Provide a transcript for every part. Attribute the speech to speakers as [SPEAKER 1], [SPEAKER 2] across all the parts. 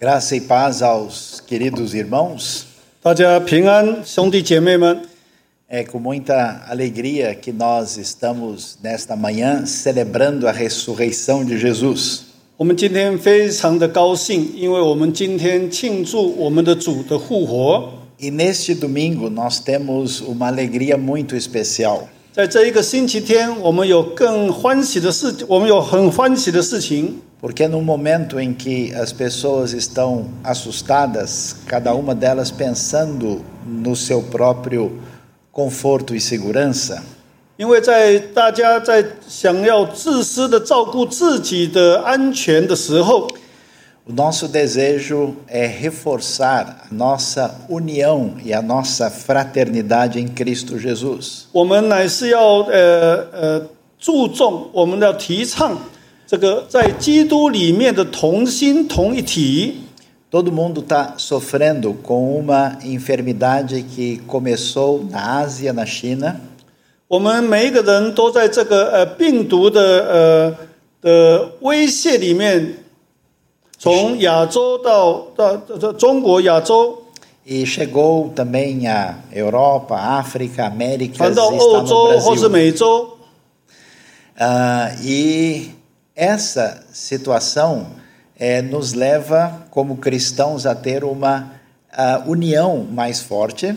[SPEAKER 1] Graça e paz aos queridos irmãos.
[SPEAKER 2] 大家平安，兄弟姐妹们，
[SPEAKER 1] É com muita alegria que nós estamos nesta manhã celebrando a ressurreição de Jesus.
[SPEAKER 2] 我们今天非常的高兴，因为我们今天庆祝我们的主的复活。
[SPEAKER 1] E neste domingo nós temos uma alegria muito especial.
[SPEAKER 2] 在这一个星期天，我们有更欢喜的事，我们有很欢喜的事情，
[SPEAKER 1] Porque no momento em que as pessoas estão assustadas, cada uma delas pensando no seu próprio conforto e segurança,
[SPEAKER 2] 因为在大家在想要自私的照顾自己的安全的时候，
[SPEAKER 1] o nosso desejo é reforçar a nossa união e a nossa fraternidade em Cristo Jesus.
[SPEAKER 2] 我们乃是要呃呃注重，我们要提倡这个在基督里面的同心同一体。
[SPEAKER 1] Todo mundo está sofrendo com uma enfermidade que começou na Ásia, na China,
[SPEAKER 2] 我们每一个人都在这个呃病毒的呃的威胁里面，从亚洲到到到到中国、亚洲，
[SPEAKER 1] e chegou também à Europa, África, América,
[SPEAKER 2] 传到
[SPEAKER 1] está
[SPEAKER 2] 欧
[SPEAKER 1] no
[SPEAKER 2] 洲或是
[SPEAKER 1] Brasil.
[SPEAKER 2] 美洲。
[SPEAKER 1] Ah, e essa situação eh, nos leva, como cristãos, a ter uma ah, união mais forte,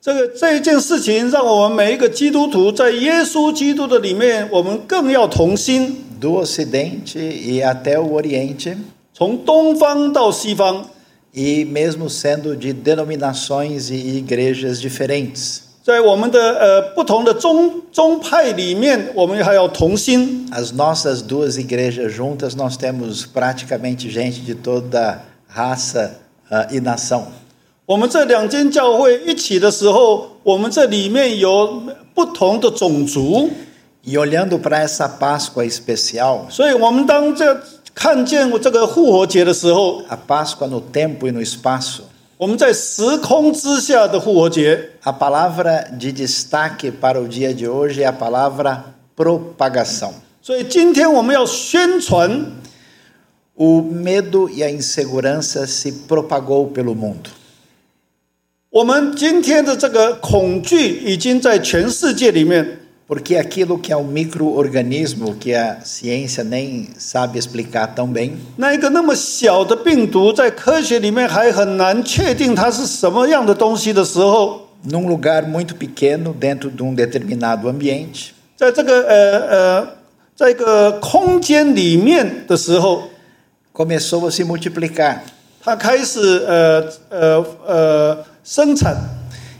[SPEAKER 2] 这个这一件事情，让我们每一个基督徒在耶稣基督的里面，我们更要同心，
[SPEAKER 1] do Ocidente e até o Oriente,
[SPEAKER 2] 从东方到西方，
[SPEAKER 1] e mesmo sendo de denominações e igrejas diferentes.
[SPEAKER 2] 在我们的呃不同的宗宗派里面，我们还要同心。
[SPEAKER 1] As nossas duas igrejas juntas, nós temos praticamente gente de toda raça ah, e nação.
[SPEAKER 2] 我们这两间教会一起的时候，我们这里面有不同的种族，
[SPEAKER 1] E olhando para essa Páscoa especial,
[SPEAKER 2] 所以我们当这看见这个复活节的时候，
[SPEAKER 1] a Páscoa no tempo e no espaço,
[SPEAKER 2] 我们在时空之下的复活节，
[SPEAKER 1] a palavra de destaque para o dia de hoje é a palavra propagação.
[SPEAKER 2] 所以今天我们要宣传，
[SPEAKER 1] O medo e a insegurança se propagou pelo mundo.
[SPEAKER 2] 我们今天的这个恐惧已经在全世界里面，
[SPEAKER 1] Porque aquilo que é um microorganismo que a ciência nem sabe explicar tão bem,
[SPEAKER 2] 那一个那么小的病毒，在科学里面还很难确定它是什么样的东西的时候，
[SPEAKER 1] num lugar muito pequeno, dentro de um determinado ambiente,
[SPEAKER 2] 在这个呃呃，在一个空间里面的时候，
[SPEAKER 1] começou a se multiplicar
[SPEAKER 2] 它开始呃呃呃生产，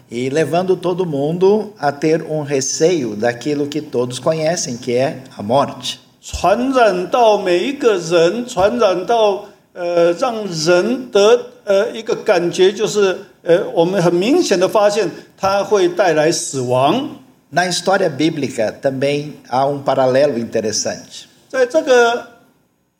[SPEAKER 1] e levando todo mundo a ter um receio daquilo que todos conhecem, que é a morte.
[SPEAKER 2] 传染到每一个人，传染到呃让人得呃一个感觉就是呃我们很明显的发现它会带来死亡。
[SPEAKER 1] Na história bíblica também há um paralelo interessante.
[SPEAKER 2] 在这个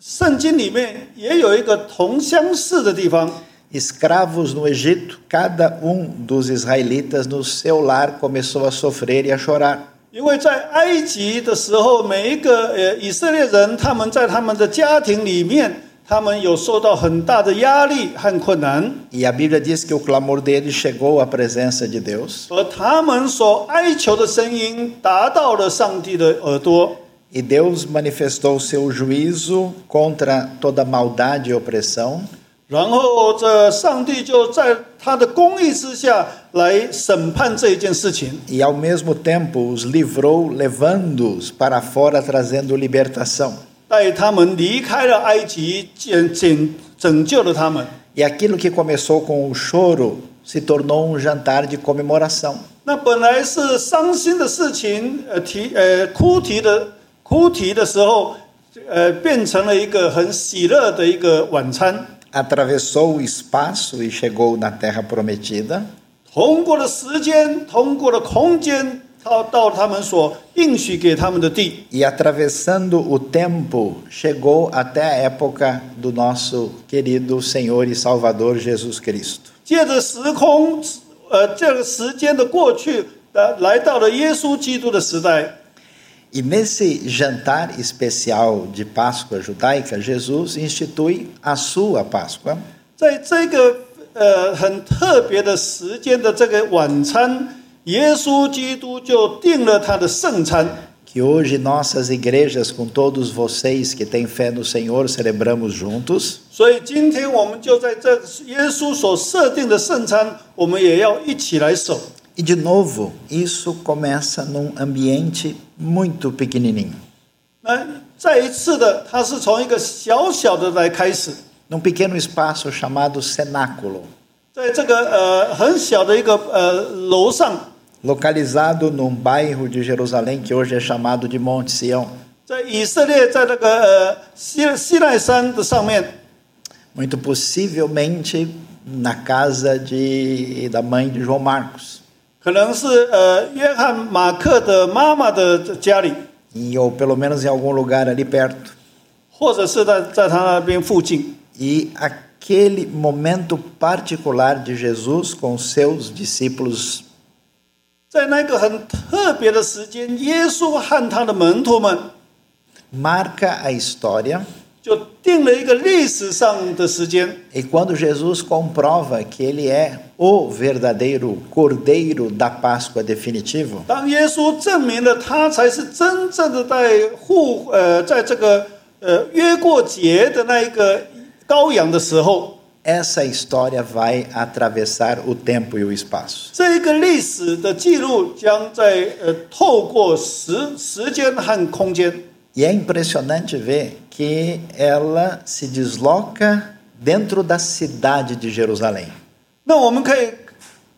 [SPEAKER 2] 圣经里面也有一个同相似的地方。
[SPEAKER 1] Escravos no Egito, cada um dos israelitas no seu lar começou a sofrer e a chorar.
[SPEAKER 2] 因为在埃及的时候，每一个呃以色列人，他们在他们的家庭里面，他们有受到很大的压力和困难，
[SPEAKER 1] E a Bíblia diz que o clamor deles chegou à presença de Deus,
[SPEAKER 2] 而他们所哀求的声音达到了上帝的耳朵，
[SPEAKER 1] e Deus manifestou seu juízo contra toda maldade e opressão,
[SPEAKER 2] 然后这上帝就在他的公义之下来审判这一件事情，
[SPEAKER 1] e ao mesmo tempo os livrou, levando-os para fora, trazendo libertação.
[SPEAKER 2] 带他们离开了埃及，拯拯拯救了他们。
[SPEAKER 1] E aquilo que começou com o choro se tornou um jantar de comemoração.
[SPEAKER 2] 那本来是伤心的事情，呃提呃哭啼的哭啼的时候，呃变成了一个很喜乐的一个晚餐。
[SPEAKER 1] Atravessou o espaço e chegou na terra prometida,
[SPEAKER 2] 通过了时间，通过了空间，到到他们所应许给他们的地，
[SPEAKER 1] e atravessando o tempo, chegou até a época do nosso querido Senhor e Salvador Jesus Cristo.
[SPEAKER 2] 借着时空，呃这个时间的过去，呃来到了耶稣基督的时代。
[SPEAKER 1] E nesse jantar especial de Páscoa judaica, Jesus institui a sua Páscoa
[SPEAKER 2] 在这个呃很特别的时间的这个晚餐，耶稣基督就定了他的圣餐。
[SPEAKER 1] Que hoje nossas igrejas, com todos vocês que têm fé no Senhor, celebramos juntos.
[SPEAKER 2] 所以今天我们就在这耶稣所设定的圣餐，我们也要一起来守。
[SPEAKER 1] E de novo, isso começa num ambiente muito pequenininho,
[SPEAKER 2] 那再一次的，它是从一个小小的来开始，
[SPEAKER 1] num pequeno espaço chamado cenáculo,
[SPEAKER 2] 在这个呃很小的一个呃楼上，
[SPEAKER 1] localizado num bairro de Jerusalém que hoje é chamado de Monte Sião.
[SPEAKER 2] 在以色列在那个呃西西奈山的上面，
[SPEAKER 1] Muito possivelmente na casa de, da mãe de João Marcos,
[SPEAKER 2] 可能是呃约翰马克的妈妈的家里，
[SPEAKER 1] e, ou pelo menos em algum lugar ali perto.
[SPEAKER 2] 或者是在在他那边附近。
[SPEAKER 1] E aquele momento particular de Jesus com os seus discípulos
[SPEAKER 2] 在那个很特别的时间，耶稣和他的门徒们
[SPEAKER 1] marca a história.
[SPEAKER 2] 就定了一个历史上的时间。
[SPEAKER 1] E quando Jesus comprova que ele é o verdadeiro cordeiro da Páscoa definitivo,
[SPEAKER 2] 当耶稣证明了他才是真正的在护呃，在这个呃约过节的那一个羔羊的时候，
[SPEAKER 1] essa história vai atravessar o tempo e o espaço.
[SPEAKER 2] 这一个历史的记录将在呃透过时时间和空间，
[SPEAKER 1] E é impressionante ver que ela se desloca dentro da cidade de Jerusalém.
[SPEAKER 2] 那我们可以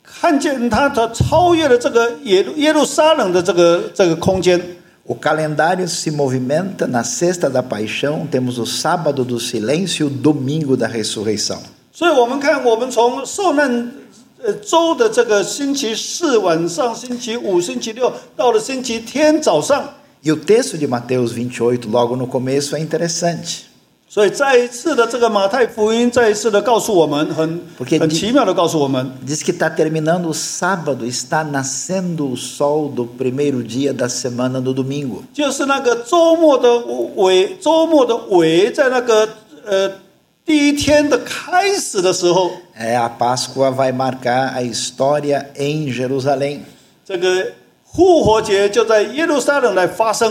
[SPEAKER 2] 看见他的超越了这个耶路耶路撒冷的这个这个空间。
[SPEAKER 1] O calendário se movimenta na sexta da paixão, temos o sábado do silêncio e o domingo da ressurreição.
[SPEAKER 2] 所以我们看，我们从受难呃周的这个星期四晚上、星期五、星期六，到了星期天早上，
[SPEAKER 1] E o texto de Mateus 28, logo no começo, é interessante.
[SPEAKER 2] 所以再一次的这个马太福音再一次的告诉我们，很
[SPEAKER 1] Porque
[SPEAKER 2] 很
[SPEAKER 1] di-
[SPEAKER 2] 奇妙的告诉我们，
[SPEAKER 1] Diz que está terminando o sábado, está nascendo o sol do primeiro dia da semana no domingo.
[SPEAKER 2] 就是那个周末的尾，周末的尾，在那个呃第一天的开始的时候，
[SPEAKER 1] É, a Páscoa vai marcar a história em Jerusalém.
[SPEAKER 2] 这个复活节就在耶路撒冷来发生。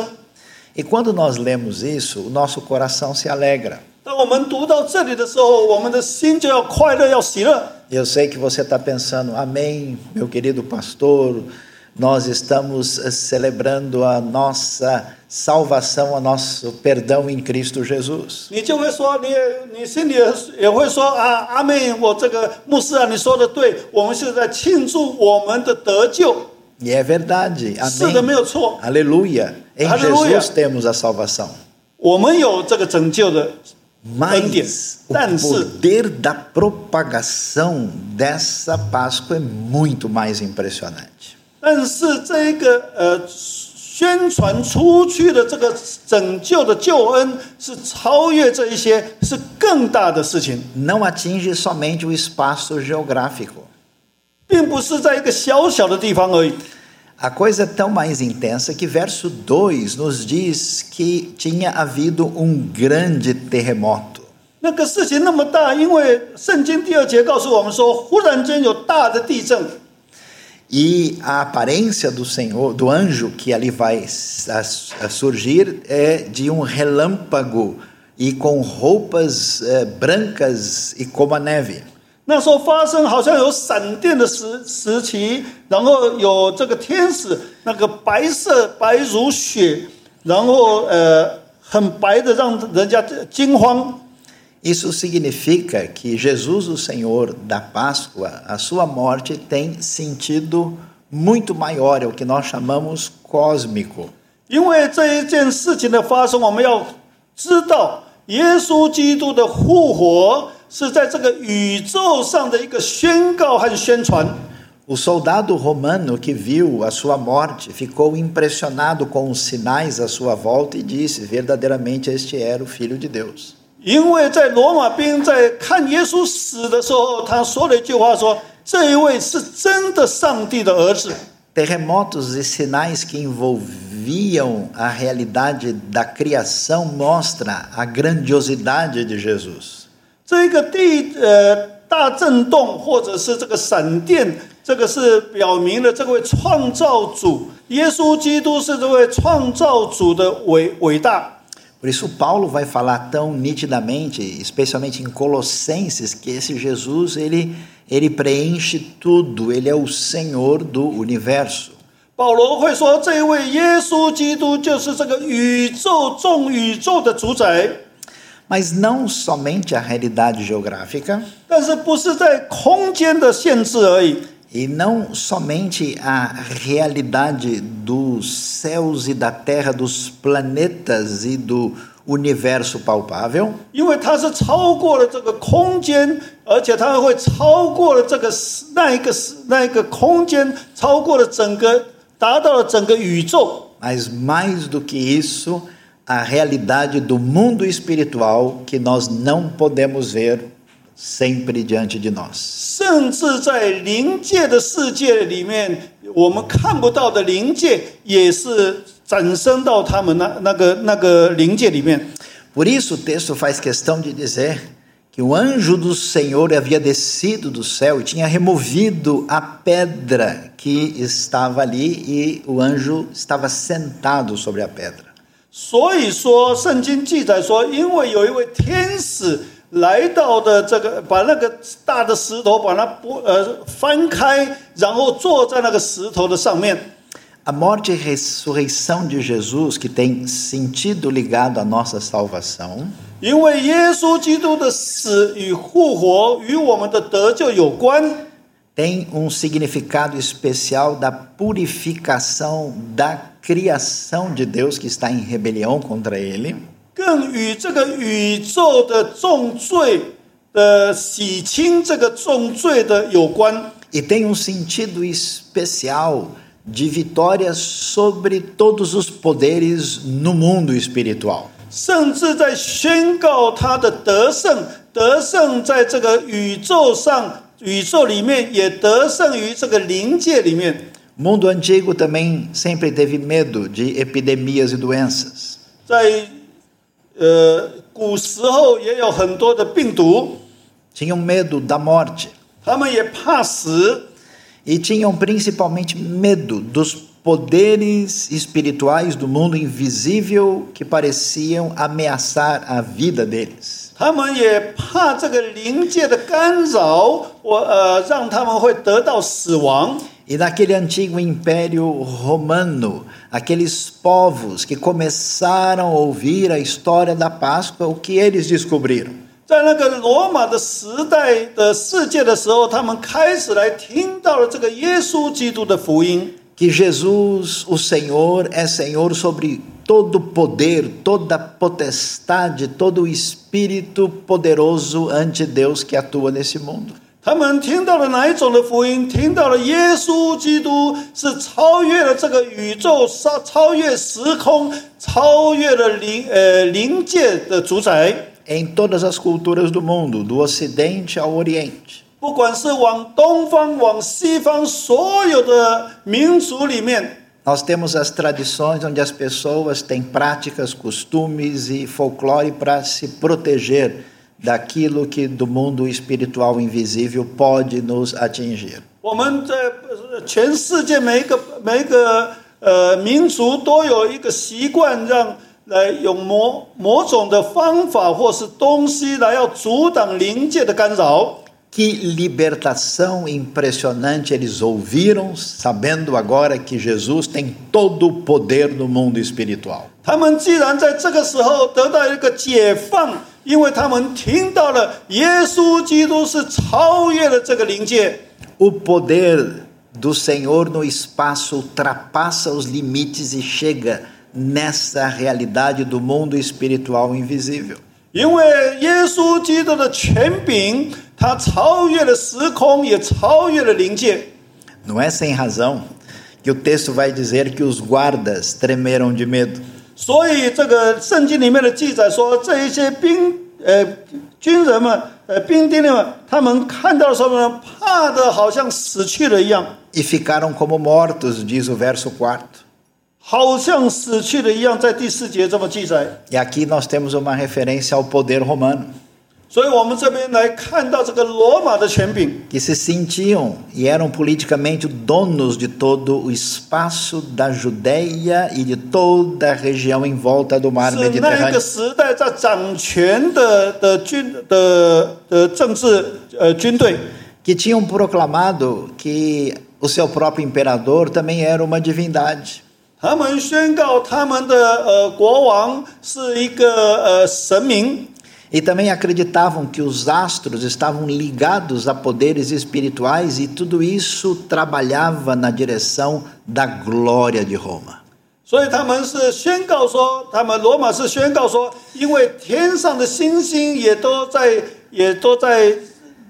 [SPEAKER 1] E quando nós lemos isso, o nosso coração se alegra.
[SPEAKER 2] 当我们读到这里的时候，我们的心就要快乐，要喜乐。
[SPEAKER 1] Eu sei que você está pensando, amém, meu querido pastor, nós estamos eh, celebrando a nossa salvação, o nosso perdão em Cristo Jesus.
[SPEAKER 2] 你就会说，你也你心里也也会说啊，阿妹，我这个牧师啊，你说的对，我们是在庆祝我们的得救，
[SPEAKER 1] E é verdade,
[SPEAKER 2] 是的，没
[SPEAKER 1] amém.
[SPEAKER 2] 有错，
[SPEAKER 1] Aleluia. Em
[SPEAKER 2] Aleluia.
[SPEAKER 1] Jesus temos a salvação.
[SPEAKER 2] 我们有这个拯救的恩典
[SPEAKER 1] Mas，o
[SPEAKER 2] 但是
[SPEAKER 1] poder da propagação dessa Páscoa é muito mais impressionante.
[SPEAKER 2] 但是这一个呃宣传出去的这个拯救的救恩是超越这一些，是更大的事情，
[SPEAKER 1] Não atinge somente o espaço geográfico.
[SPEAKER 2] 并不是在一个小小的地方而已。
[SPEAKER 1] A coisa é tão mais intensa que verso 2 nos diz que tinha havido um grande terremoto.
[SPEAKER 2] 那个事情那么大，因为圣经第二节告诉我们说，忽然间有大的地震，
[SPEAKER 1] E a aparência do Senhor, do anjo que ali vai s- a- s- a surgir, é de um relâmpago e com roupas eh, brancas e como a neve.
[SPEAKER 2] 那时候发生好像有闪电的时时期，然后有这个天使那个白色白如雪，然后呃很白的让人家惊慌。
[SPEAKER 1] Isso significa que Jesus, o Senhor da Páscoa, a sua morte tem sentido muito maior, é o que nós chamamos cósmico.
[SPEAKER 2] 因为这一件事情的发生，我们要知道，耶稣基督的复活是在这个宇宙上的一个宣告和宣传。
[SPEAKER 1] O soldado romano que viu a sua morte ficou impressionado com os sinais à sua volta e disse: Verdadeiramente este era o Filho de Deus.
[SPEAKER 2] 因为在罗马兵在看耶稣死的时候，他说了一句话说：“这一位是真的上帝的儿子。”
[SPEAKER 1] Terremotos e sinais que envolviam a realidade da criação mostra a grandiosidade de Jesus.
[SPEAKER 2] 这个地呃大震动或者是这个闪电，这个是表明了这位创造主耶稣基督是这位创造主的伟伟大。
[SPEAKER 1] Por isso, Paulo vai falar tão nitidamente, especialmente em Colossenses, que esse Jesus ele, ele preenche tudo, ele é o Senhor do universo.
[SPEAKER 2] 保罗会说，这一位耶稣基督就是这个宇宙众宇宙的主宰，
[SPEAKER 1] Mas não somente a realidade geográfica,
[SPEAKER 2] 但是不是在空间的限制而已，
[SPEAKER 1] e não somente a realidade dos céus e da terra, dos planetas e do universo palpável,
[SPEAKER 2] 因为它是超过了这个空间，而且它会超过了这个时那一个时那一个空间，超过了整个，达到了整个宇宙。
[SPEAKER 1] mas mais do que isso, a realidade do mundo espiritual que nós não podemos ver sempre diante de nós.
[SPEAKER 2] 甚至在灵界的世界里面，我们看不到的灵界，也是展生到他们那那个那个灵界里面。
[SPEAKER 1] Por isso o texto faz questão de dizer que o anjo do Senhor havia descido do céu e tinha removido a pedra que estava ali e o anjo estava sentado sobre a pedra.
[SPEAKER 2] 所以说，圣经记载说，因为有一位天使来到的这个，把那个大的石头把它拨呃翻开，然后坐在那个石头的上面。
[SPEAKER 1] A morte e ressurreição de Jesus, que tem sentido ligado à nossa salvação,
[SPEAKER 2] 因为耶稣基督的死与复活与我们的得救有关，
[SPEAKER 1] tem um significado especial da purificação da criação de Deus que está em rebelião contra ele.
[SPEAKER 2] 更与这个宇宙的重罪的洗清这个重罪的有关，
[SPEAKER 1] E tem um sentido especial de vitória sobre todos os poderes no mundo espiritual.
[SPEAKER 2] 甚至在宣告他的得胜，得胜在这个宇宙上，宇宙里面也得胜于这个灵界里面。
[SPEAKER 1] O mundo antigo também sempre teve medo de epidemias e doenças.
[SPEAKER 2] 在呃古时候也有很多的病毒，
[SPEAKER 1] Tinham medo da morte
[SPEAKER 2] 他们也怕死，
[SPEAKER 1] e tinham principalmente medo dos poderes espirituais do mundo invisível que pareciam ameaçar a vida deles.
[SPEAKER 2] 他们也怕这个灵界的干扰，我呃让他们会得到死亡。
[SPEAKER 1] E naquele antigo império romano, aqueles povos que começaram a ouvir a história da Páscoa, o que eles descobriram?
[SPEAKER 2] 在那个罗马的时代的世界的时候，他们开始来听到了这个耶稣基督的福音。
[SPEAKER 1] Que Jesus, o Senhor, é Senhor sobre todo poder, toda potestade, todo o espírito poderoso ante Deus que atua nesse mundo.
[SPEAKER 2] 他们听到了哪一种的福音？听到了耶稣基督是超越了这个宇宙，超超越时空，超越了灵呃灵界的主宰。
[SPEAKER 1] Em todas as culturas do mundo, do Ocidente ao Oriente.
[SPEAKER 2] 不管是往东方、往西方，所有的民族里面，
[SPEAKER 1] Nós temos as tradições onde as pessoas têm práticas, costumes e folclore para se proteger daquilo que do mundo espiritual invisível pode nos atingir.
[SPEAKER 2] 我们在呃全世界每一个每一个呃民族都有一个习惯，让来用某某种的方法或是东西来要阻挡灵界的干扰。
[SPEAKER 1] Que libertação impressionante eles ouviram, sabendo agora que Jesus tem todo o poder no mundo espiritual.
[SPEAKER 2] 他们既然在这个时候得到一个解放，因为他们听到了耶稣基督是超越了这个灵界，
[SPEAKER 1] O poder do Senhor no espaço ultrapassa os limites e chega nessa realidade do mundo espiritual invisível.
[SPEAKER 2] 因为耶稣基督的权柄，他超越了时空，也超越了灵界。
[SPEAKER 1] Não é sem razão que o texto vai dizer que os guardas tremeram de medo.
[SPEAKER 2] 所以这个圣经里面的记载说，这一些兵呃军人们呃兵丁们，他们看到什么呢？怕的好像死去了一样，
[SPEAKER 1] E ficaram como mortos, diz o verso 4.
[SPEAKER 2] 好像死去了一样，在第四节这么记载。
[SPEAKER 1] E aqui nós temos uma referência ao poder romano.
[SPEAKER 2] 所以我们这边来看到这个罗马的权柄，
[SPEAKER 1] que se sentiam e eram politicamente donos de todo o espaço da Judéia e de toda a região em volta do mar
[SPEAKER 2] 是那一个
[SPEAKER 1] Mediterrâneo.
[SPEAKER 2] 时代在掌权的的军的的政治呃军队，
[SPEAKER 1] Que tinham proclamado que o seu próprio imperador também era uma divindade.
[SPEAKER 2] 他们宣告他们的呃国王是一个呃神明，
[SPEAKER 1] E também acreditavam que os astros estavam ligados a poderes espirituais e tudo isso trabalhava na direção da glória de Roma.
[SPEAKER 2] 所以他们是宣告说，他们罗马是宣告说，因为天上的星星也都在也都在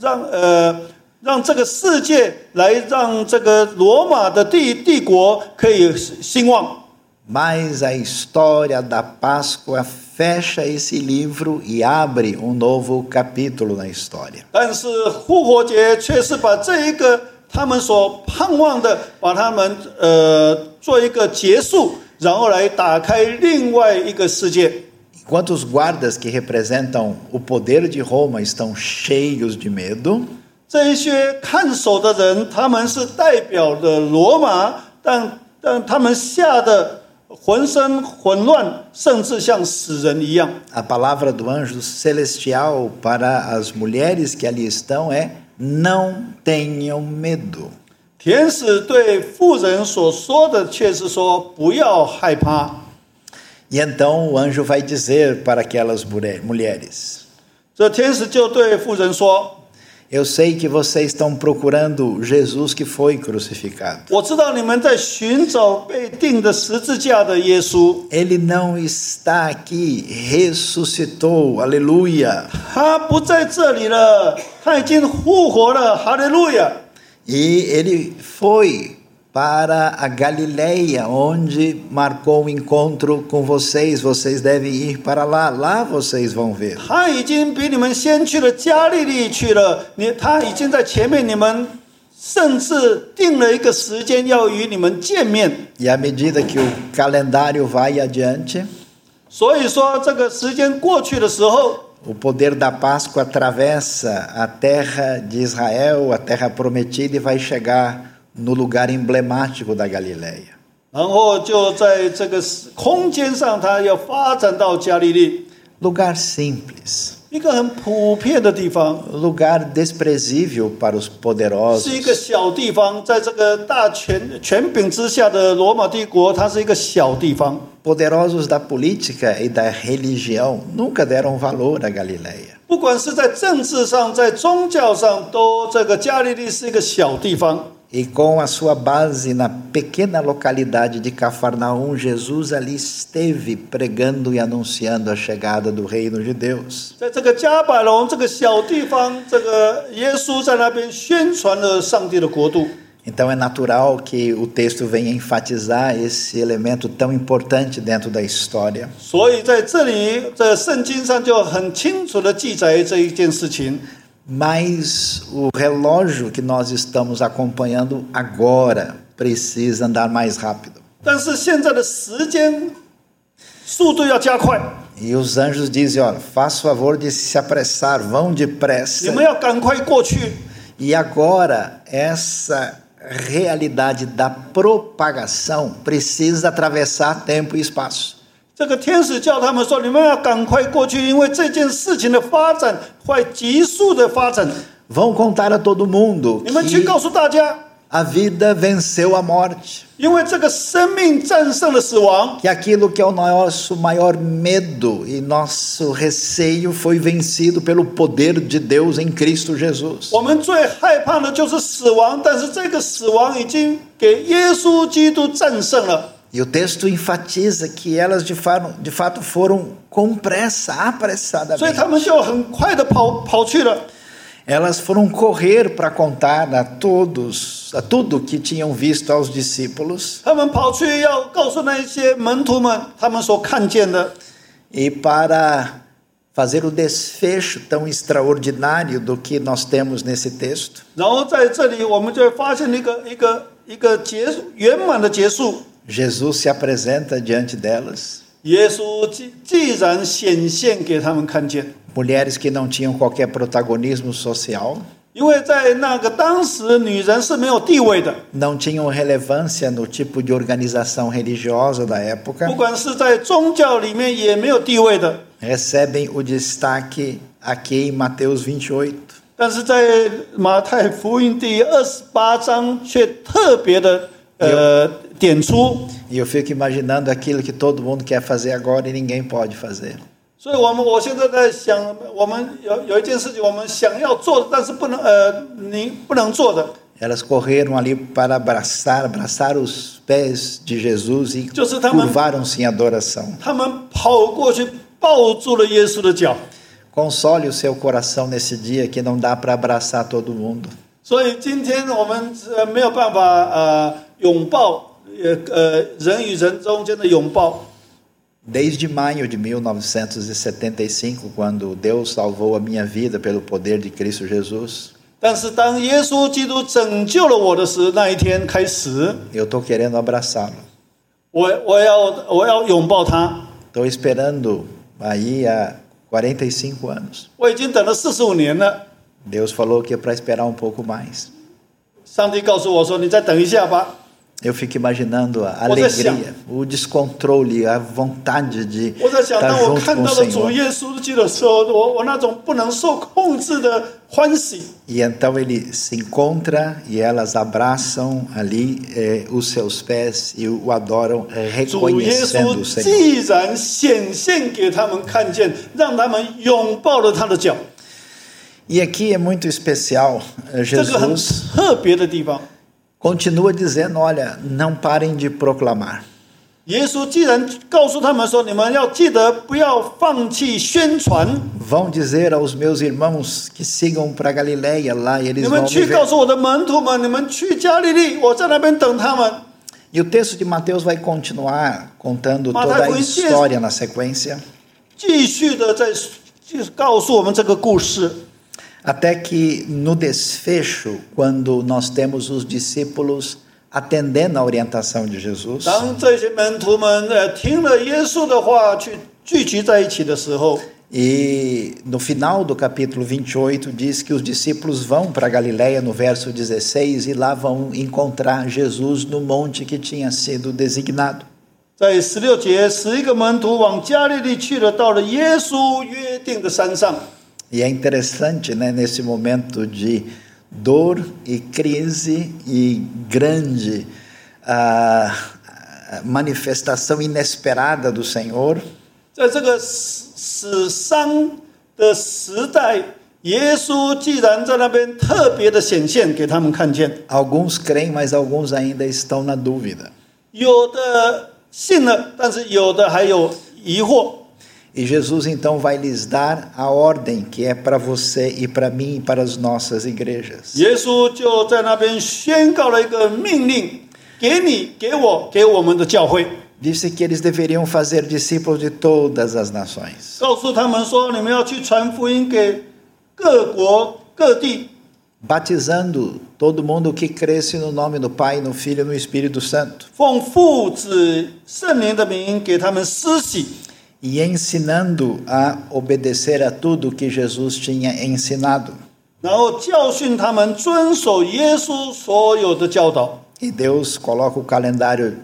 [SPEAKER 2] 让呃让这个世界来让这个罗马的帝帝国可以兴旺。
[SPEAKER 1] Mas a história da Páscoa fecha esse livro e abre um novo capítulo na história.
[SPEAKER 2] 但是复活节却是把这一个他们所盼望的，把他们呃做一个结束，然后来打开另外一个世界。
[SPEAKER 1] Enquanto os guardas que representam o poder de Roma estão cheios de medo,
[SPEAKER 2] 这一些看守的人，他们是代表的罗马，但但他们吓得浑身混乱，甚至像死人一样。
[SPEAKER 1] a palavra do anjo celestial para as mulheres que ali estão é: não tenham medo.
[SPEAKER 2] 天使对妇人所说的却是说：“不要害怕。
[SPEAKER 1] E então o anjo vai dizer para aquelas mulher- mulheres: ”
[SPEAKER 2] 这天使就对妇人说
[SPEAKER 1] Eu sei que vocês estão procurando Jesus que foi crucificado.：“
[SPEAKER 2] 我知道你们在寻找被钉的十字架的耶稣，
[SPEAKER 1] Ele não está aqui, ressuscitou, aleluia.
[SPEAKER 2] 他不在这里了，他已经复活了，哈利路亚！
[SPEAKER 1] E ele foi para a Galileia, onde marcou o encontro com vocês. Vocês devem ir para lá, lá vocês vão ver.
[SPEAKER 2] 他已经比你们先去了加利利去了，你他已经在前面，你们甚至定了一个时间要与你们见面。
[SPEAKER 1] E à medida que o calendário vai adiante,
[SPEAKER 2] 所以说，这个时间过去的时候，
[SPEAKER 1] o poder da Páscoa atravessa a terra de Israel, a terra prometida, e vai chegar no lugar emblemático da Galileia.
[SPEAKER 2] 然后就在这个时空间上，它要发展到加利利，
[SPEAKER 1] Lugar simples.
[SPEAKER 2] 一个很普遍的地方，
[SPEAKER 1] lugar desprezível para os
[SPEAKER 2] 是一个
[SPEAKER 1] poderosos,
[SPEAKER 2] 小地方，在这个大权权柄之下的罗马帝国，它是一个小地方。
[SPEAKER 1] poderosos da política e da religião, nunca deram valor à Galileia.
[SPEAKER 2] 不管是在政治上，在宗教上，都这个加利利是一个小地方。
[SPEAKER 1] E com a sua base na pequena localidade de Cafarnaum, Jesus ali esteve pregando e anunciando a chegada do reino de Deus.
[SPEAKER 2] 在这个加百隆这个小地方，这个耶稣在那边宣传了上帝的国度，
[SPEAKER 1] Então é natural que o texto venha enfatizar esse elemento tão importante dentro da história.
[SPEAKER 2] 所以在这里在圣经上就很清楚的记载这一件事情。
[SPEAKER 1] Mas o relógio que nós estamos acompanhando agora precisa andar mais rápido.
[SPEAKER 2] 但是现在的时间速度要加快，
[SPEAKER 1] E os anjos dizem: olha, faça o favor de se apressar, vão
[SPEAKER 2] 你
[SPEAKER 1] depressa.
[SPEAKER 2] 们要赶快过去。
[SPEAKER 1] E agora, essa realidade da propagação precisa atravessar tempo e espaço.
[SPEAKER 2] 这个天使叫他们说：“你们要赶快过去，因为这件事情的发展会急速的发展。
[SPEAKER 1] Vão contar a todo mundo
[SPEAKER 2] 你们去告
[SPEAKER 1] que
[SPEAKER 2] 诉大家，
[SPEAKER 1] a vida venceu a morte.
[SPEAKER 2] 因为这个生命战胜了死亡，
[SPEAKER 1] Que aquilo que é o nosso maior medo e nosso receio foi vencido pelo poder de Deus em Cristo Jesus.
[SPEAKER 2] 我们最害怕的就是死亡，但是这个死亡已经给耶稣基督战胜了。
[SPEAKER 1] E o texto enfatiza que elas de fato, de fato foram com pressa,
[SPEAKER 2] 所以
[SPEAKER 1] apressadamente.
[SPEAKER 2] 他们就很快的跑跑去了，
[SPEAKER 1] Elas foram correr para contar a todos, a tudo que tinham visto aos discípulos
[SPEAKER 2] 他们跑去要告诉那一些门徒们他们所看见的，
[SPEAKER 1] e para fazer o desfecho tão extraordinário do que nós temos nesse texto.
[SPEAKER 2] 然后在这里我们就会发现一个一个一个结束圆满的结束。
[SPEAKER 1] Jesus se apresenta diante delas,
[SPEAKER 2] 耶稣既既然显现给他们看见，
[SPEAKER 1] mulheres que não tinham qualquer protagonismo social,
[SPEAKER 2] 因为在那个当时，女人是没有地位的，
[SPEAKER 1] não tinham relevância no tipo de organização religiosa da época,
[SPEAKER 2] 不管是在宗教里面也没有地位的。
[SPEAKER 1] recebem o destaque aqui em Mateus 28.
[SPEAKER 2] 但是在马太福音第二十八章却特别的呃点出，
[SPEAKER 1] E eu fico imaginando aquilo que todo mundo quer fazer agora e ninguém pode fazer.
[SPEAKER 2] 所以我们我现在在想，我们有有一件事情我们想要做的，但是不能呃你不能做的，
[SPEAKER 1] Elas correram ali para abraçar, abraçar os pés de Jesus e
[SPEAKER 2] José, tá, mano.
[SPEAKER 1] curvaram-se em adoração.
[SPEAKER 2] 他们跑过去抱住了耶稣的脚，
[SPEAKER 1] Console o seu coração nesse dia que não dá para abraçar todo mundo.
[SPEAKER 2] 所以今天我们呃没有办法呃拥抱呃呃人与人中间的拥抱。
[SPEAKER 1] Desde maio de 1975, quando Deus salvou a minha vida pelo poder de Cristo Jesus,
[SPEAKER 2] 但是当耶稣基督拯救了我的时，那一天开始，
[SPEAKER 1] eu estou querendo abraçá-lo.
[SPEAKER 2] 我我要我要拥抱他。
[SPEAKER 1] Estou esperando aí há 45 anos.
[SPEAKER 2] 我已经等了四十五年了，
[SPEAKER 1] Deus falou que é para esperar um pouco mais.
[SPEAKER 2] 上帝告诉我说：“你再等一下吧。
[SPEAKER 1] Eu fico imaginando a
[SPEAKER 2] Você
[SPEAKER 1] alegria, o descontrole, a vontade de ”
[SPEAKER 2] 我在想，
[SPEAKER 1] estar
[SPEAKER 2] 当我
[SPEAKER 1] junto
[SPEAKER 2] 看
[SPEAKER 1] com o
[SPEAKER 2] 到了主
[SPEAKER 1] Senhor.
[SPEAKER 2] 耶稣基督的时候，我我那种不能受控制的欢喜。
[SPEAKER 1] E então ele se encontra e elas abraçam ali eh, os seus pés e o adoram, eh,
[SPEAKER 2] 主耶
[SPEAKER 1] reconhecendo
[SPEAKER 2] 稣
[SPEAKER 1] o Senhor.
[SPEAKER 2] 既然显现给他们看见，让他们拥抱了他的脚，
[SPEAKER 1] E aqui é muito especial. eh,
[SPEAKER 2] 这个很
[SPEAKER 1] Jesus
[SPEAKER 2] 特别的地方。
[SPEAKER 1] continua dizendo: olha, não parem de proclamar.
[SPEAKER 2] 耶稣既然告诉他们说：“你们要记得不要放弃宣传，
[SPEAKER 1] Vão dizer aos meus irmãos que sigam para Galiléia lá e eles
[SPEAKER 2] 你
[SPEAKER 1] vão
[SPEAKER 2] 们
[SPEAKER 1] me
[SPEAKER 2] 去告
[SPEAKER 1] ver.
[SPEAKER 2] 诉我的门徒们，你们去加利利，我在那边等他们。”
[SPEAKER 1] E o texto de Mateus vai continuar contando
[SPEAKER 2] Mas
[SPEAKER 1] toda
[SPEAKER 2] vai
[SPEAKER 1] a
[SPEAKER 2] com isso.
[SPEAKER 1] história na sequência.
[SPEAKER 2] 继续的在就是告诉我们这个故事，
[SPEAKER 1] Até que no desfecho, quando nós temos os discípulos atendendo à orientação de Jesus,
[SPEAKER 2] 当这些门徒们呃听了耶稣的话，去聚集在一起的时候，
[SPEAKER 1] e no final do capítulo 28 diz que os discípulos vão para Galiléia no verso 16 e lá vão encontrar Jesus no monte que tinha sido designado.
[SPEAKER 2] 在十六节，十一个门徒往加利利去了，到了耶稣约定的山上。
[SPEAKER 1] E é interessante, né, nesse momento de dor e crise e grande ah, manifestação inesperada do Senhor,
[SPEAKER 2] 在这个死死伤的时代，耶稣既然在那边特别的显现给他们看见，
[SPEAKER 1] alguns creem, mas alguns ainda estão na dúvida.
[SPEAKER 2] 有的信了，但是有的还有疑惑。
[SPEAKER 1] E Jesus então vai lhes dar a ordem que é para você e para mim e para as nossas igrejas.
[SPEAKER 2] 耶稣就在那边宣告了一个命令，给你、给我、给我们的教会，
[SPEAKER 1] Disse que eles deveriam fazer discípulos de todas as nações.
[SPEAKER 2] 告诉他们说，你们要去传福音给各国各地，
[SPEAKER 1] batizando todo mundo que cresce no nome do Pai, no Filho e no Espírito Santo,
[SPEAKER 2] 奉父子圣灵的名给他们施洗，
[SPEAKER 1] e ensinando a obedecer a tudo que Jesus tinha ensinado.
[SPEAKER 2] 然后教训他们遵守耶稣所有的教导。
[SPEAKER 1] E Deus coloca o calendário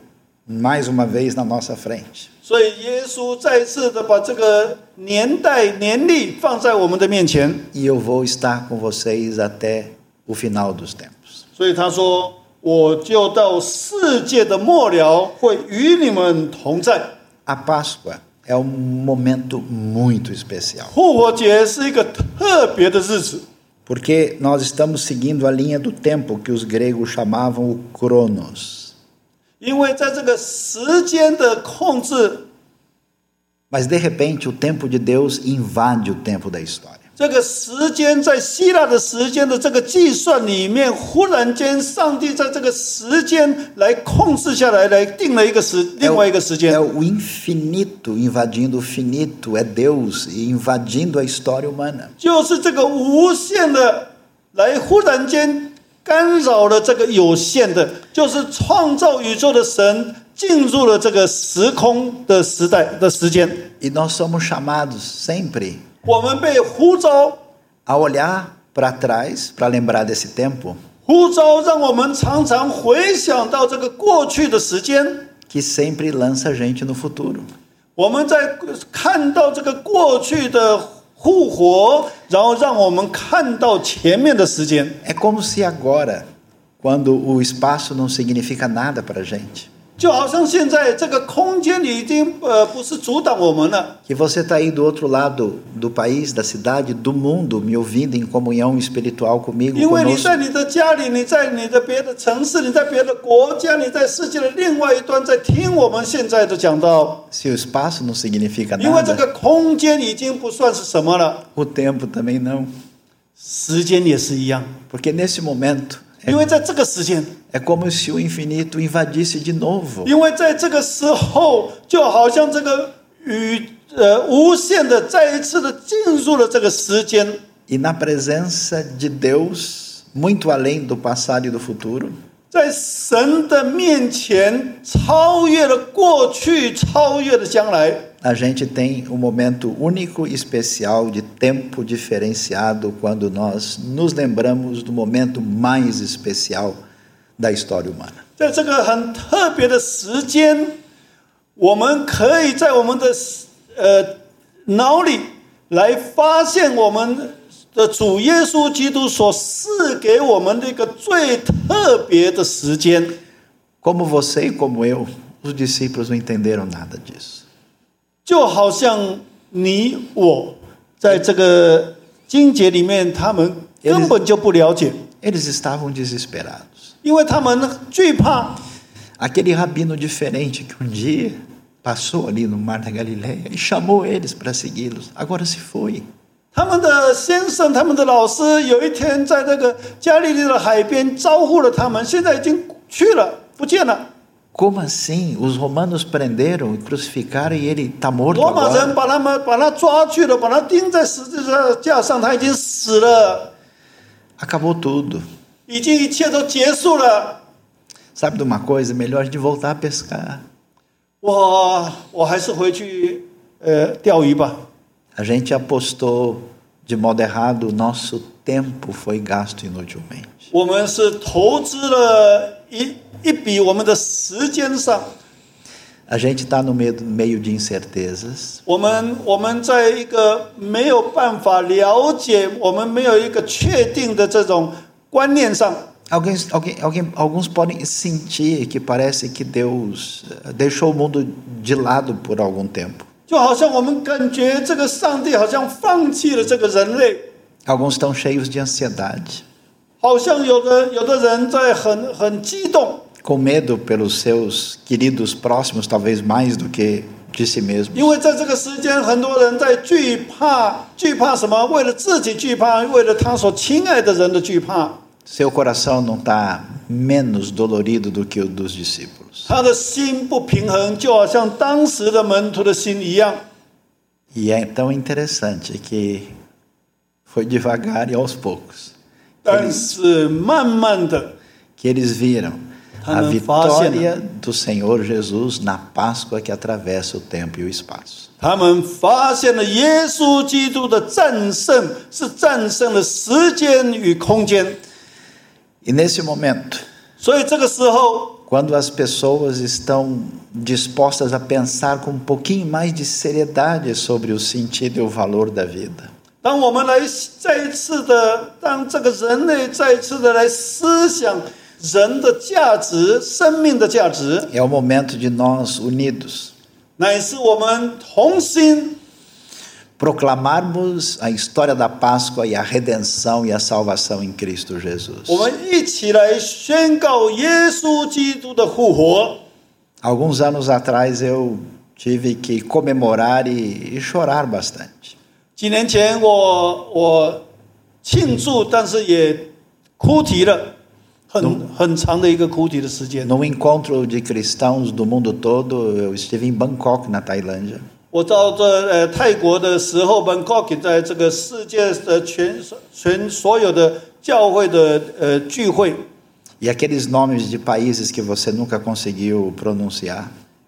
[SPEAKER 1] mais uma vez na nossa frente.
[SPEAKER 2] 所以耶稣再次的把这个年代年历放在我们的面前，
[SPEAKER 1] E eu vou estar com vocês até o final dos tempos.
[SPEAKER 2] 所以他说：“我就到世界的末了，会与你们同在。”
[SPEAKER 1] A Páscoa é um momento muito especial,
[SPEAKER 2] 复活节是一个特别的日子，
[SPEAKER 1] porque nós estamos seguindo a linha do tempo que os gregos chamavam o Cronos.
[SPEAKER 2] 因为在这个时间的控制，
[SPEAKER 1] Mas de repente o tempo de Deus invade o tempo da história.
[SPEAKER 2] 这个时间在希腊的时间的这个计算里面，忽然间，上帝在这个时间来控制下来，来定了一个时另
[SPEAKER 1] o,
[SPEAKER 2] 外一个时
[SPEAKER 1] é
[SPEAKER 2] 间，
[SPEAKER 1] o infinito invadindo o finito, é Deus e invadindo a história humana.
[SPEAKER 2] 就是这个无限的来忽然间干扰了这个有限的，就是创造宇宙的神进入了这个时空的时代的时间。
[SPEAKER 1] E nós somos chamados sempre
[SPEAKER 2] 我们被呼召，
[SPEAKER 1] Ao olhar para trás, para lembrar desse tempo,
[SPEAKER 2] 呼召让我们常常回想到这个过去的时间。
[SPEAKER 1] que sempre lança a gente no futuro.
[SPEAKER 2] 我们在看到这个过去的复活，然后让我们看到前面的时间，
[SPEAKER 1] É como se agora, quando o espaço não significa nada para a gente,
[SPEAKER 2] 就好像现在这个空间里已经呃不是阻挡我们了。
[SPEAKER 1] que você está aí do outro lado do país, da cidade, do mundo, me ouvindo em comunhão espiritual comigo,
[SPEAKER 2] 因为你
[SPEAKER 1] conosco,
[SPEAKER 2] 在你的家里，你在你的别的城市，你在别的国家，你在世界的另外一端，在听我们现在的讲道，
[SPEAKER 1] se o espaço não significa
[SPEAKER 2] 因为这
[SPEAKER 1] nada,
[SPEAKER 2] 个空间已经不算是什么了，
[SPEAKER 1] o tempo também não.
[SPEAKER 2] 时间也是一样，
[SPEAKER 1] Porque nesse momento,
[SPEAKER 2] 因为在这个时间，
[SPEAKER 1] é como se o infinito invadisse de novo.
[SPEAKER 2] 因为在这个时候，就好像这个与呃无限的再一次的进入了这个时间，
[SPEAKER 1] E na presença de Deus, muito além do passado e do futuro,
[SPEAKER 2] 在神的面前超越了过去，超越了将来。
[SPEAKER 1] a gente tem um momento único e especial de tempo diferenciado quando nós nos lembramos do momento mais especial da história humana.
[SPEAKER 2] 在这个很特别的时间，我们可以在我们的呃脑里来发现我们的主耶稣基督所赐给我们的一个最特别的时间。
[SPEAKER 1] Como você e como eu, os discípulos não entenderam nada disso.
[SPEAKER 2] 就好像你我在这个经节里面，他们根本就不了解，
[SPEAKER 1] Eles estavam desesperados.
[SPEAKER 2] 因为他们惧怕
[SPEAKER 1] Aquele rabino diferente que um dia passou ali no Mar da Galileia e chamou eles para segui-los, agora se foi.
[SPEAKER 2] 他们的先生、他们的老师，有一天在那个加利利的海边招呼了他们，现在已经去了，不见了。
[SPEAKER 1] Como assim? Os romanos prenderam e crucificaram e ele está morto
[SPEAKER 2] 罗马
[SPEAKER 1] agora?
[SPEAKER 2] 人把他们把他抓去了，把他钉在十字架上，他已经死了，
[SPEAKER 1] Acabou tudo.
[SPEAKER 2] 已经一切都结束了。
[SPEAKER 1] Sabe de uma coisa? Melhor a gente voltar a pescar.
[SPEAKER 2] 我我还是回去呃钓鱼吧。
[SPEAKER 1] A gente apostou de modo errado, o nosso tempo foi gasto inutilmente.
[SPEAKER 2] 我们是投资了一一笔我们的时间上，
[SPEAKER 1] A gente está no meio, meio de incertezas,
[SPEAKER 2] 我们我们在一个没有办法了解，我们没有一个确定的这种观念上，
[SPEAKER 1] Alguém, alguém, alguém, alguns podem sentir que parece que Deus eh, deixou o mundo de lado por algum tempo.
[SPEAKER 2] 就好像我们感觉这个上帝好像放弃了这个人类，
[SPEAKER 1] Alguns estão cheios de ansiedade,
[SPEAKER 2] 好像有的有的人在很很激动，
[SPEAKER 1] com medo pelos seus queridos próximos, talvez mais do que de si mesmo.
[SPEAKER 2] 因为在这个时间，很多人在惧怕惧怕什么？为了自己惧怕，为了他所亲爱的人的惧怕，
[SPEAKER 1] Seu coração não está menos dolorido do que o dos discípulos.
[SPEAKER 2] 他的心不平衡，就好像当时的门徒的心一样。
[SPEAKER 1] E é tão interessante que foi devagar e aos poucos
[SPEAKER 2] 但是慢慢的，
[SPEAKER 1] que eles viram a
[SPEAKER 2] Ah, não, fácil,
[SPEAKER 1] vitória do Senhor Jesus na Páscoa que atravessa o tempo e o espaço.
[SPEAKER 2] 他们发现了耶稣基督的战胜是战胜了时间与空间。
[SPEAKER 1] E nesse momento,
[SPEAKER 2] 所以这个时候，
[SPEAKER 1] quando as pessoas estão dispostas a pensar com um pouquinho mais de seriedade sobre o sentido e o valor da vida,
[SPEAKER 2] 当我们来再一次的让这个人类再一次的来思想人的价值、生命的价值，
[SPEAKER 1] é o momento de nós unidos
[SPEAKER 2] 乃是我们同心
[SPEAKER 1] proclamarmos a história da Páscoa e a redenção e a salvação em Cristo Jesus.
[SPEAKER 2] 我们一起来宣告耶稣基督的复活。
[SPEAKER 1] Alguns anos atrás eu tive que comemorar e, e chorar bastante.
[SPEAKER 2] 几年前我我庆祝，但是也哭啼了，很很长的一个哭啼的时间。
[SPEAKER 1] Num encontro de cristãos do mundo todo, eu estive em Bangkok, na Tailândia.
[SPEAKER 2] 我到这呃泰国的时候，Bangkok 在这个世界的全全所有的教会的呃聚会，
[SPEAKER 1] E aqueles nomes de países que você nunca conseguiu pronunciar.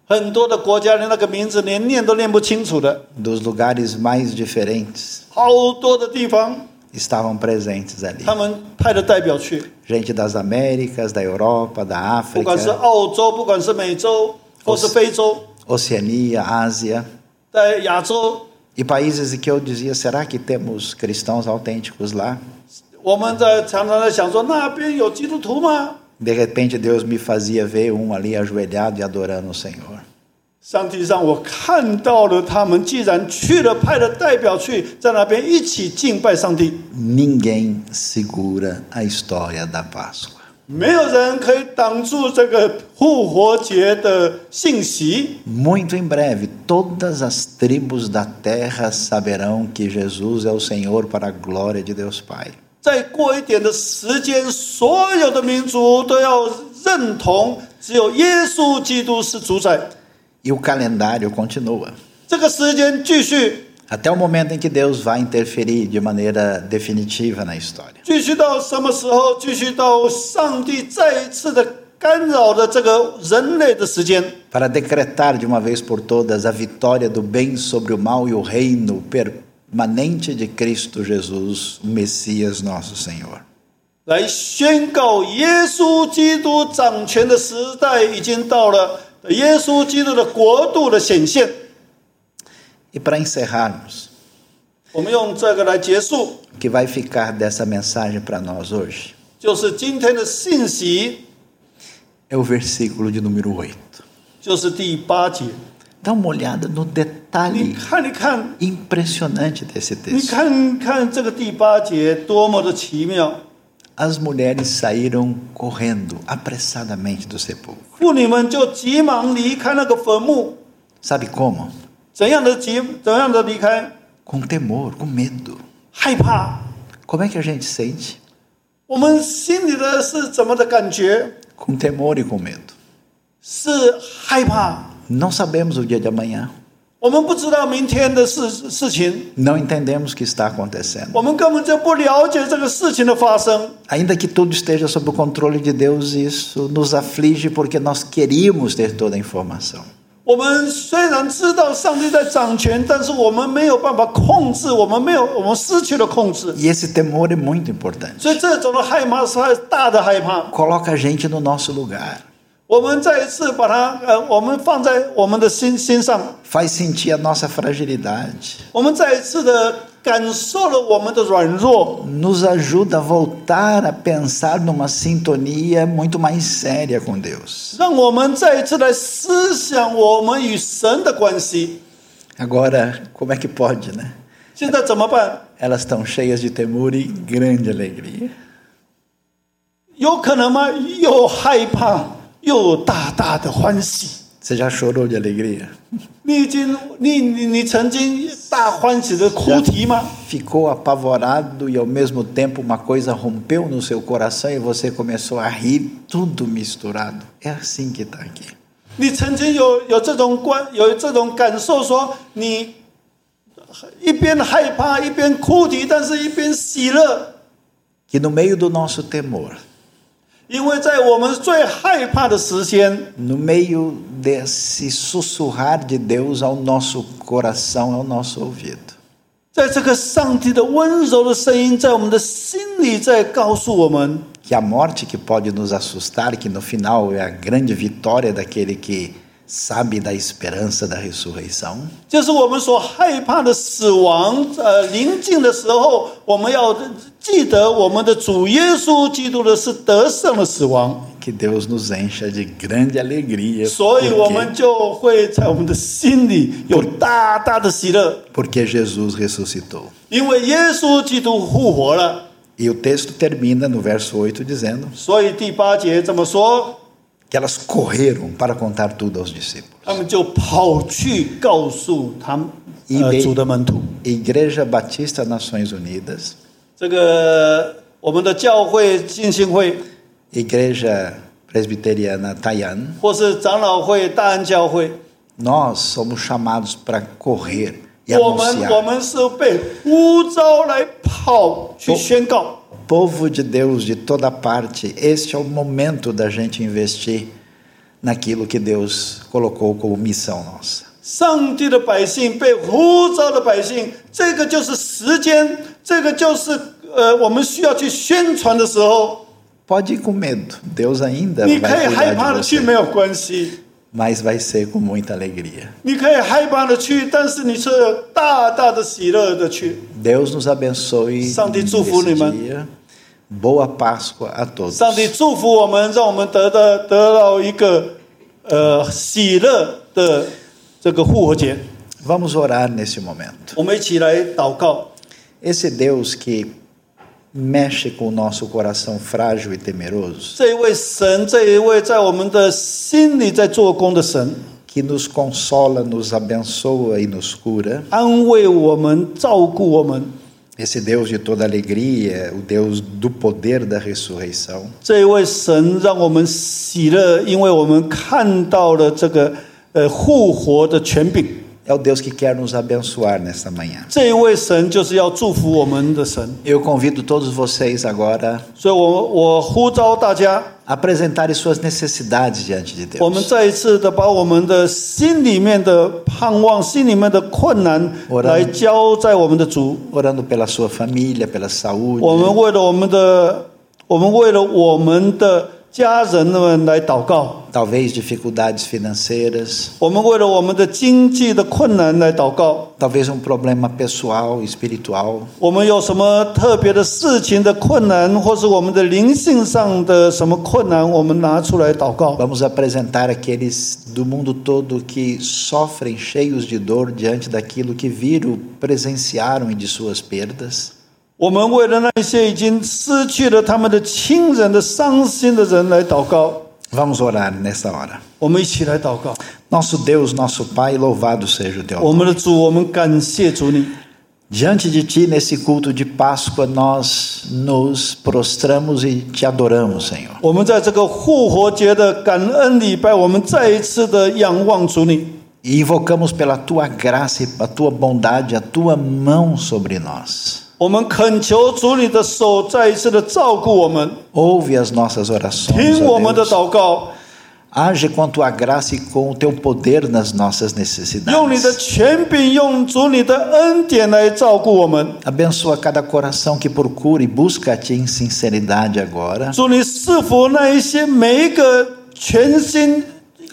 [SPEAKER 2] 很多的国家连那个名字连念都念不清楚的，
[SPEAKER 1] dos lugares mais diferentes,
[SPEAKER 2] 好多的地方
[SPEAKER 1] estavam presentes ali.
[SPEAKER 2] 他们派了代表去，
[SPEAKER 1] Gente das Américas, da Europa, da
[SPEAKER 2] 不管是
[SPEAKER 1] África,
[SPEAKER 2] 澳洲，不管是美洲或是非洲，
[SPEAKER 1] Oceania, Ásia.
[SPEAKER 2] 在亚洲，
[SPEAKER 1] E países em que eu dizia, será que temos cristãos autênticos lá?
[SPEAKER 2] 我们在常常在想说那边有基督徒吗？
[SPEAKER 1] De repente Deus me fazia ver um ali ajoelhado e adorando o Senhor.
[SPEAKER 2] 上帝让我看到了他们，既然去了，派了代表去，在那边一起敬拜上帝。
[SPEAKER 1] Ninguém segura a história da Páscoa.
[SPEAKER 2] 没有人可以挡住这个复活节的信息。
[SPEAKER 1] Muito em breve, todas as tribos da terra saberão que Jesus é o Senhor para a glória de Deus Pai.
[SPEAKER 2] 再过一点的时间，所有的民族都要认同，只有耶稣基督是主宰。
[SPEAKER 1] E o calendário continua.
[SPEAKER 2] 这个时间继续，
[SPEAKER 1] Até o momento em que Deus vai interferir de maneira definitiva na história.
[SPEAKER 2] 继续到什么时候？继续到上帝再一次的干扰的这个人类的时间，
[SPEAKER 1] Para decretar de uma vez por todas a vitória do bem sobre o mal e o reino permanente de Cristo Jesus, o Messias nosso Senhor.
[SPEAKER 2] 来宣告耶稣基督掌权的时代已经到了，耶稣基督的国度的显现。
[SPEAKER 1] E para encerrarmos,
[SPEAKER 2] 我们用这个来结束。
[SPEAKER 1] o que vai ficar dessa mensagem para nós hoje
[SPEAKER 2] 就是今天的信息，
[SPEAKER 1] é o versículo de número 8.
[SPEAKER 2] 就是第八节。
[SPEAKER 1] Dá uma olhada no
[SPEAKER 2] 你
[SPEAKER 1] detalhe
[SPEAKER 2] 看，你看，
[SPEAKER 1] impressionante desse
[SPEAKER 2] 你
[SPEAKER 1] texto.
[SPEAKER 2] 看看这个第八节多么的奇妙！
[SPEAKER 1] As mulheres saíram correndo apressadamente do sepulcro.
[SPEAKER 2] 妇女们就急忙离开那个坟墓，
[SPEAKER 1] Sabe como?
[SPEAKER 2] 怎样的急，怎样的离开？
[SPEAKER 1] Com temor, com medo.
[SPEAKER 2] 害怕。
[SPEAKER 1] Como é que a gente sente?
[SPEAKER 2] 我们心里的是怎么的感觉？
[SPEAKER 1] Com temor e com medo.
[SPEAKER 2] 是害怕。
[SPEAKER 1] Não sabemos o dia de amanhã.
[SPEAKER 2] 我们不知道明天的事事情，
[SPEAKER 1] Não entendemos o que está acontecendo.
[SPEAKER 2] 我们根本就不了解这个事情的发生。
[SPEAKER 1] Ainda que tudo esteja sob o controle de Deus, isso nos aflige porque nós queríamos ter toda a informação.
[SPEAKER 2] 我们虽然知道上帝在掌权，但是我们没有办法控制，我们没有，我们失去了控制。
[SPEAKER 1] E esse temor é muito importante.
[SPEAKER 2] 所以这种的害怕是很大的害怕。
[SPEAKER 1] Coloca a gente no nosso lugar.
[SPEAKER 2] 我们再一次把它，呃，我们放在我们的心心上，
[SPEAKER 1] Faz sentir a nossa fragilidade.
[SPEAKER 2] 我们再一次的感受了我们的软弱，
[SPEAKER 1] Nos ajuda a voltar a pensar numa sintonia muito mais séria com Deus.
[SPEAKER 2] 让我们再一次来思想我们与神的关系。
[SPEAKER 1] Agora, como é que pode, né?
[SPEAKER 2] 现在怎么办？
[SPEAKER 1] Elas estão cheias de temor e grande alegria.
[SPEAKER 2] 有可能吗？又害怕，又有大大的欢喜。
[SPEAKER 1] Você já chorou de alegria?
[SPEAKER 2] 你已经，你你你曾经大欢喜的哭啼吗？
[SPEAKER 1] Ficou apavorado e ao mesmo tempo uma coisa rompeu no seu coração e você começou a rir, tudo misturado. É assim que está aqui.
[SPEAKER 2] 你曾经有有这种观有这种感受说，你一边害怕一边哭啼，但是一边喜乐，
[SPEAKER 1] Que no meio do nosso temor,
[SPEAKER 2] 因为在我们最害怕的时间，
[SPEAKER 1] no meio desse sussurrar de Deus ao nosso coração, ao nosso ouvido,
[SPEAKER 2] 在这个上帝的温柔的声音在我们的心里在告诉我们，
[SPEAKER 1] que a morte que pode nos assustar, que no final é a grande vitória daquele que sabe da esperança da ressurreição,
[SPEAKER 2] 就是我们所害怕的死亡，呃，临近的时候，我们要呃记得我们的主耶稣基督的是得胜的死亡，
[SPEAKER 1] que Deus nos encha de grande alegria.
[SPEAKER 2] 所以我们
[SPEAKER 1] Porque,
[SPEAKER 2] 就会在我们的心里有大大的喜乐。
[SPEAKER 1] porque Jesus ressuscitou.
[SPEAKER 2] 因为耶稣基督复活了，
[SPEAKER 1] E o texto termina no verso 8 dizendo
[SPEAKER 2] 所以第八节这么说，
[SPEAKER 1] que elas correram para contar tudo aos discípulos.
[SPEAKER 2] 他们就跑去告诉他们、
[SPEAKER 1] 以
[SPEAKER 2] 呃、
[SPEAKER 1] 为
[SPEAKER 2] 主的门徒。
[SPEAKER 1] Igreja Batista Nações Unidas,
[SPEAKER 2] 这个我们的教会进信会，
[SPEAKER 1] Igreja Presbiteriana Taian,
[SPEAKER 2] 或是长老会、大安教会，
[SPEAKER 1] nós somos chamados para correr e
[SPEAKER 2] 我们我
[SPEAKER 1] anunciar.
[SPEAKER 2] 们是被呼召来跑去宣告。
[SPEAKER 1] Povo de Deus de toda parte, este é o momento da gente investir naquilo que Deus colocou como missão nossa.
[SPEAKER 2] 上帝的百姓被呼召的百姓，这个就是时间，这个就是呃，我们需要去宣传的时候，
[SPEAKER 1] Pode ir com medo, Deus ainda
[SPEAKER 2] 你
[SPEAKER 1] vai
[SPEAKER 2] 可以害怕
[SPEAKER 1] cuidar
[SPEAKER 2] 的
[SPEAKER 1] de
[SPEAKER 2] 去
[SPEAKER 1] você,
[SPEAKER 2] 没有关系，
[SPEAKER 1] mas vai ser com muita alegria.
[SPEAKER 2] 你可以害怕的去，但是你是大大的喜乐的去。
[SPEAKER 1] Deus nos abençoe
[SPEAKER 2] Santo e
[SPEAKER 1] nesse
[SPEAKER 2] Tsufune, mano.
[SPEAKER 1] dia. Boa Páscoa a todos.
[SPEAKER 2] 上帝祝福我们，让我们得到得到一个呃喜乐的这个复活节。
[SPEAKER 1] Vamos orar nesse momento.
[SPEAKER 2] 我们一起来祷告，
[SPEAKER 1] Esse Deus que mexe com o nosso coração frágil e temeroso,
[SPEAKER 2] 这一位神，这一位在我们的心里在做工的神，
[SPEAKER 1] que nos consola, nos abençoa e nos cura.
[SPEAKER 2] 安慰我们，照顾我们。
[SPEAKER 1] Esse Deus de toda alegria, o Deus do poder da ressurreição.
[SPEAKER 2] 这一位神让我们喜乐，因为我们看到了这个呃复活的权柄。
[SPEAKER 1] É o Deus que quer nos abençoar nesta manhã.
[SPEAKER 2] 这一位神就是要祝福我们的神，
[SPEAKER 1] Eu convido todos vocês agora
[SPEAKER 2] 所以我我呼召大家，
[SPEAKER 1] a apresentarem suas necessidades diante de
[SPEAKER 2] 我们
[SPEAKER 1] Deus.
[SPEAKER 2] 再一次的把我们的心里面的盼望、心里面的困难
[SPEAKER 1] 我的
[SPEAKER 2] 来交在我们的主。
[SPEAKER 1] Orando pela sua família, pela saúde,
[SPEAKER 2] 我们为了我们的，我们为了我们的家人们来祷告，
[SPEAKER 1] talvez dificuldades financeiras,
[SPEAKER 2] 我们为了我们的经济的困难来祷告。
[SPEAKER 1] talvez um problema pessoal, espiritual.
[SPEAKER 2] 我们有什么特别的事情的困难，或是我们的灵性上的什么困难，我们拿出来祷告。
[SPEAKER 1] Vamos apresentar aqueles do mundo todo que sofrem cheios de dor diante daquilo que viram, presenciaram e de suas perdas.
[SPEAKER 2] 我们为了那些已经失去了他们的亲人的伤心的人来祷告。
[SPEAKER 1] Vamos orar nessa hora.
[SPEAKER 2] 我们一起来祷告。
[SPEAKER 1] Nosso Deus, nosso Pai, louvado seja o teu
[SPEAKER 2] 我
[SPEAKER 1] nome.
[SPEAKER 2] 们的主，我们感谢主你。
[SPEAKER 1] Diante de ti, nesse culto de Páscoa, nós nos prostramos e te adoramos, Senhor.
[SPEAKER 2] 我们在这个复活节的感恩礼拜，我们再一次的仰望主你。
[SPEAKER 1] E invocamos pela tua graça e pela tua bondade a tua mão sobre nós.
[SPEAKER 2] 我们恳求主你的手再一次的照顾我们，
[SPEAKER 1] Ouve as nossas orações.
[SPEAKER 2] 听
[SPEAKER 1] ó
[SPEAKER 2] 我们的
[SPEAKER 1] Deus.
[SPEAKER 2] 祷告，
[SPEAKER 1] Age com a tua graça e com o teu poder nas nossas
[SPEAKER 2] 用你的
[SPEAKER 1] necessidades.
[SPEAKER 2] 权柄，用主你的恩典来照顾我们。
[SPEAKER 1] Abençoa cada coração que procura e busca a ti em sinceridade agora.
[SPEAKER 2] 主你赐福那一些每一个全心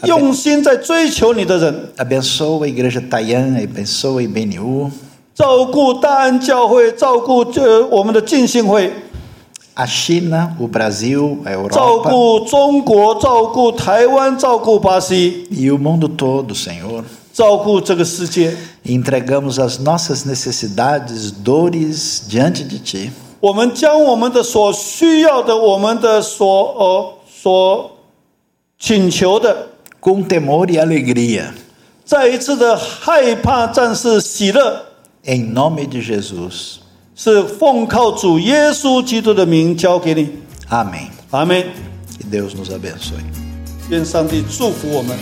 [SPEAKER 2] 用心在追求你的人，
[SPEAKER 1] Abençoa a igreja Taian, abençoa a IBNU.
[SPEAKER 2] 照顾大安教会，照顾呃我们的浸信会。
[SPEAKER 1] a China, o Brasil, a
[SPEAKER 2] 照
[SPEAKER 1] Europa
[SPEAKER 2] 顾中国，照顾台湾，照顾巴西，
[SPEAKER 1] e o mundo todo, Senhor.
[SPEAKER 2] 照顾这个世界。
[SPEAKER 1] E Entregamos as nossas necessidades, dores diante de Ti.
[SPEAKER 2] 我们将我们的所需要的，我们的所呃所请求的，
[SPEAKER 1] Com temor e alegria,
[SPEAKER 2] 再一次的害怕战士喜乐，
[SPEAKER 1] em nome de Jesus.
[SPEAKER 2] 是奉靠主耶稣基督的名交给你。
[SPEAKER 1] Amém.
[SPEAKER 2] 阿门。
[SPEAKER 1] Que Deus nos abençoe.
[SPEAKER 2] 愿上帝祝福我们。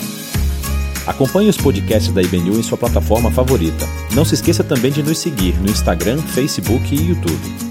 [SPEAKER 3] Acompanhe os podcasts da IBNU em sua plataforma favorita. Não se esqueça também de nos seguir no Instagram, Facebook e YouTube.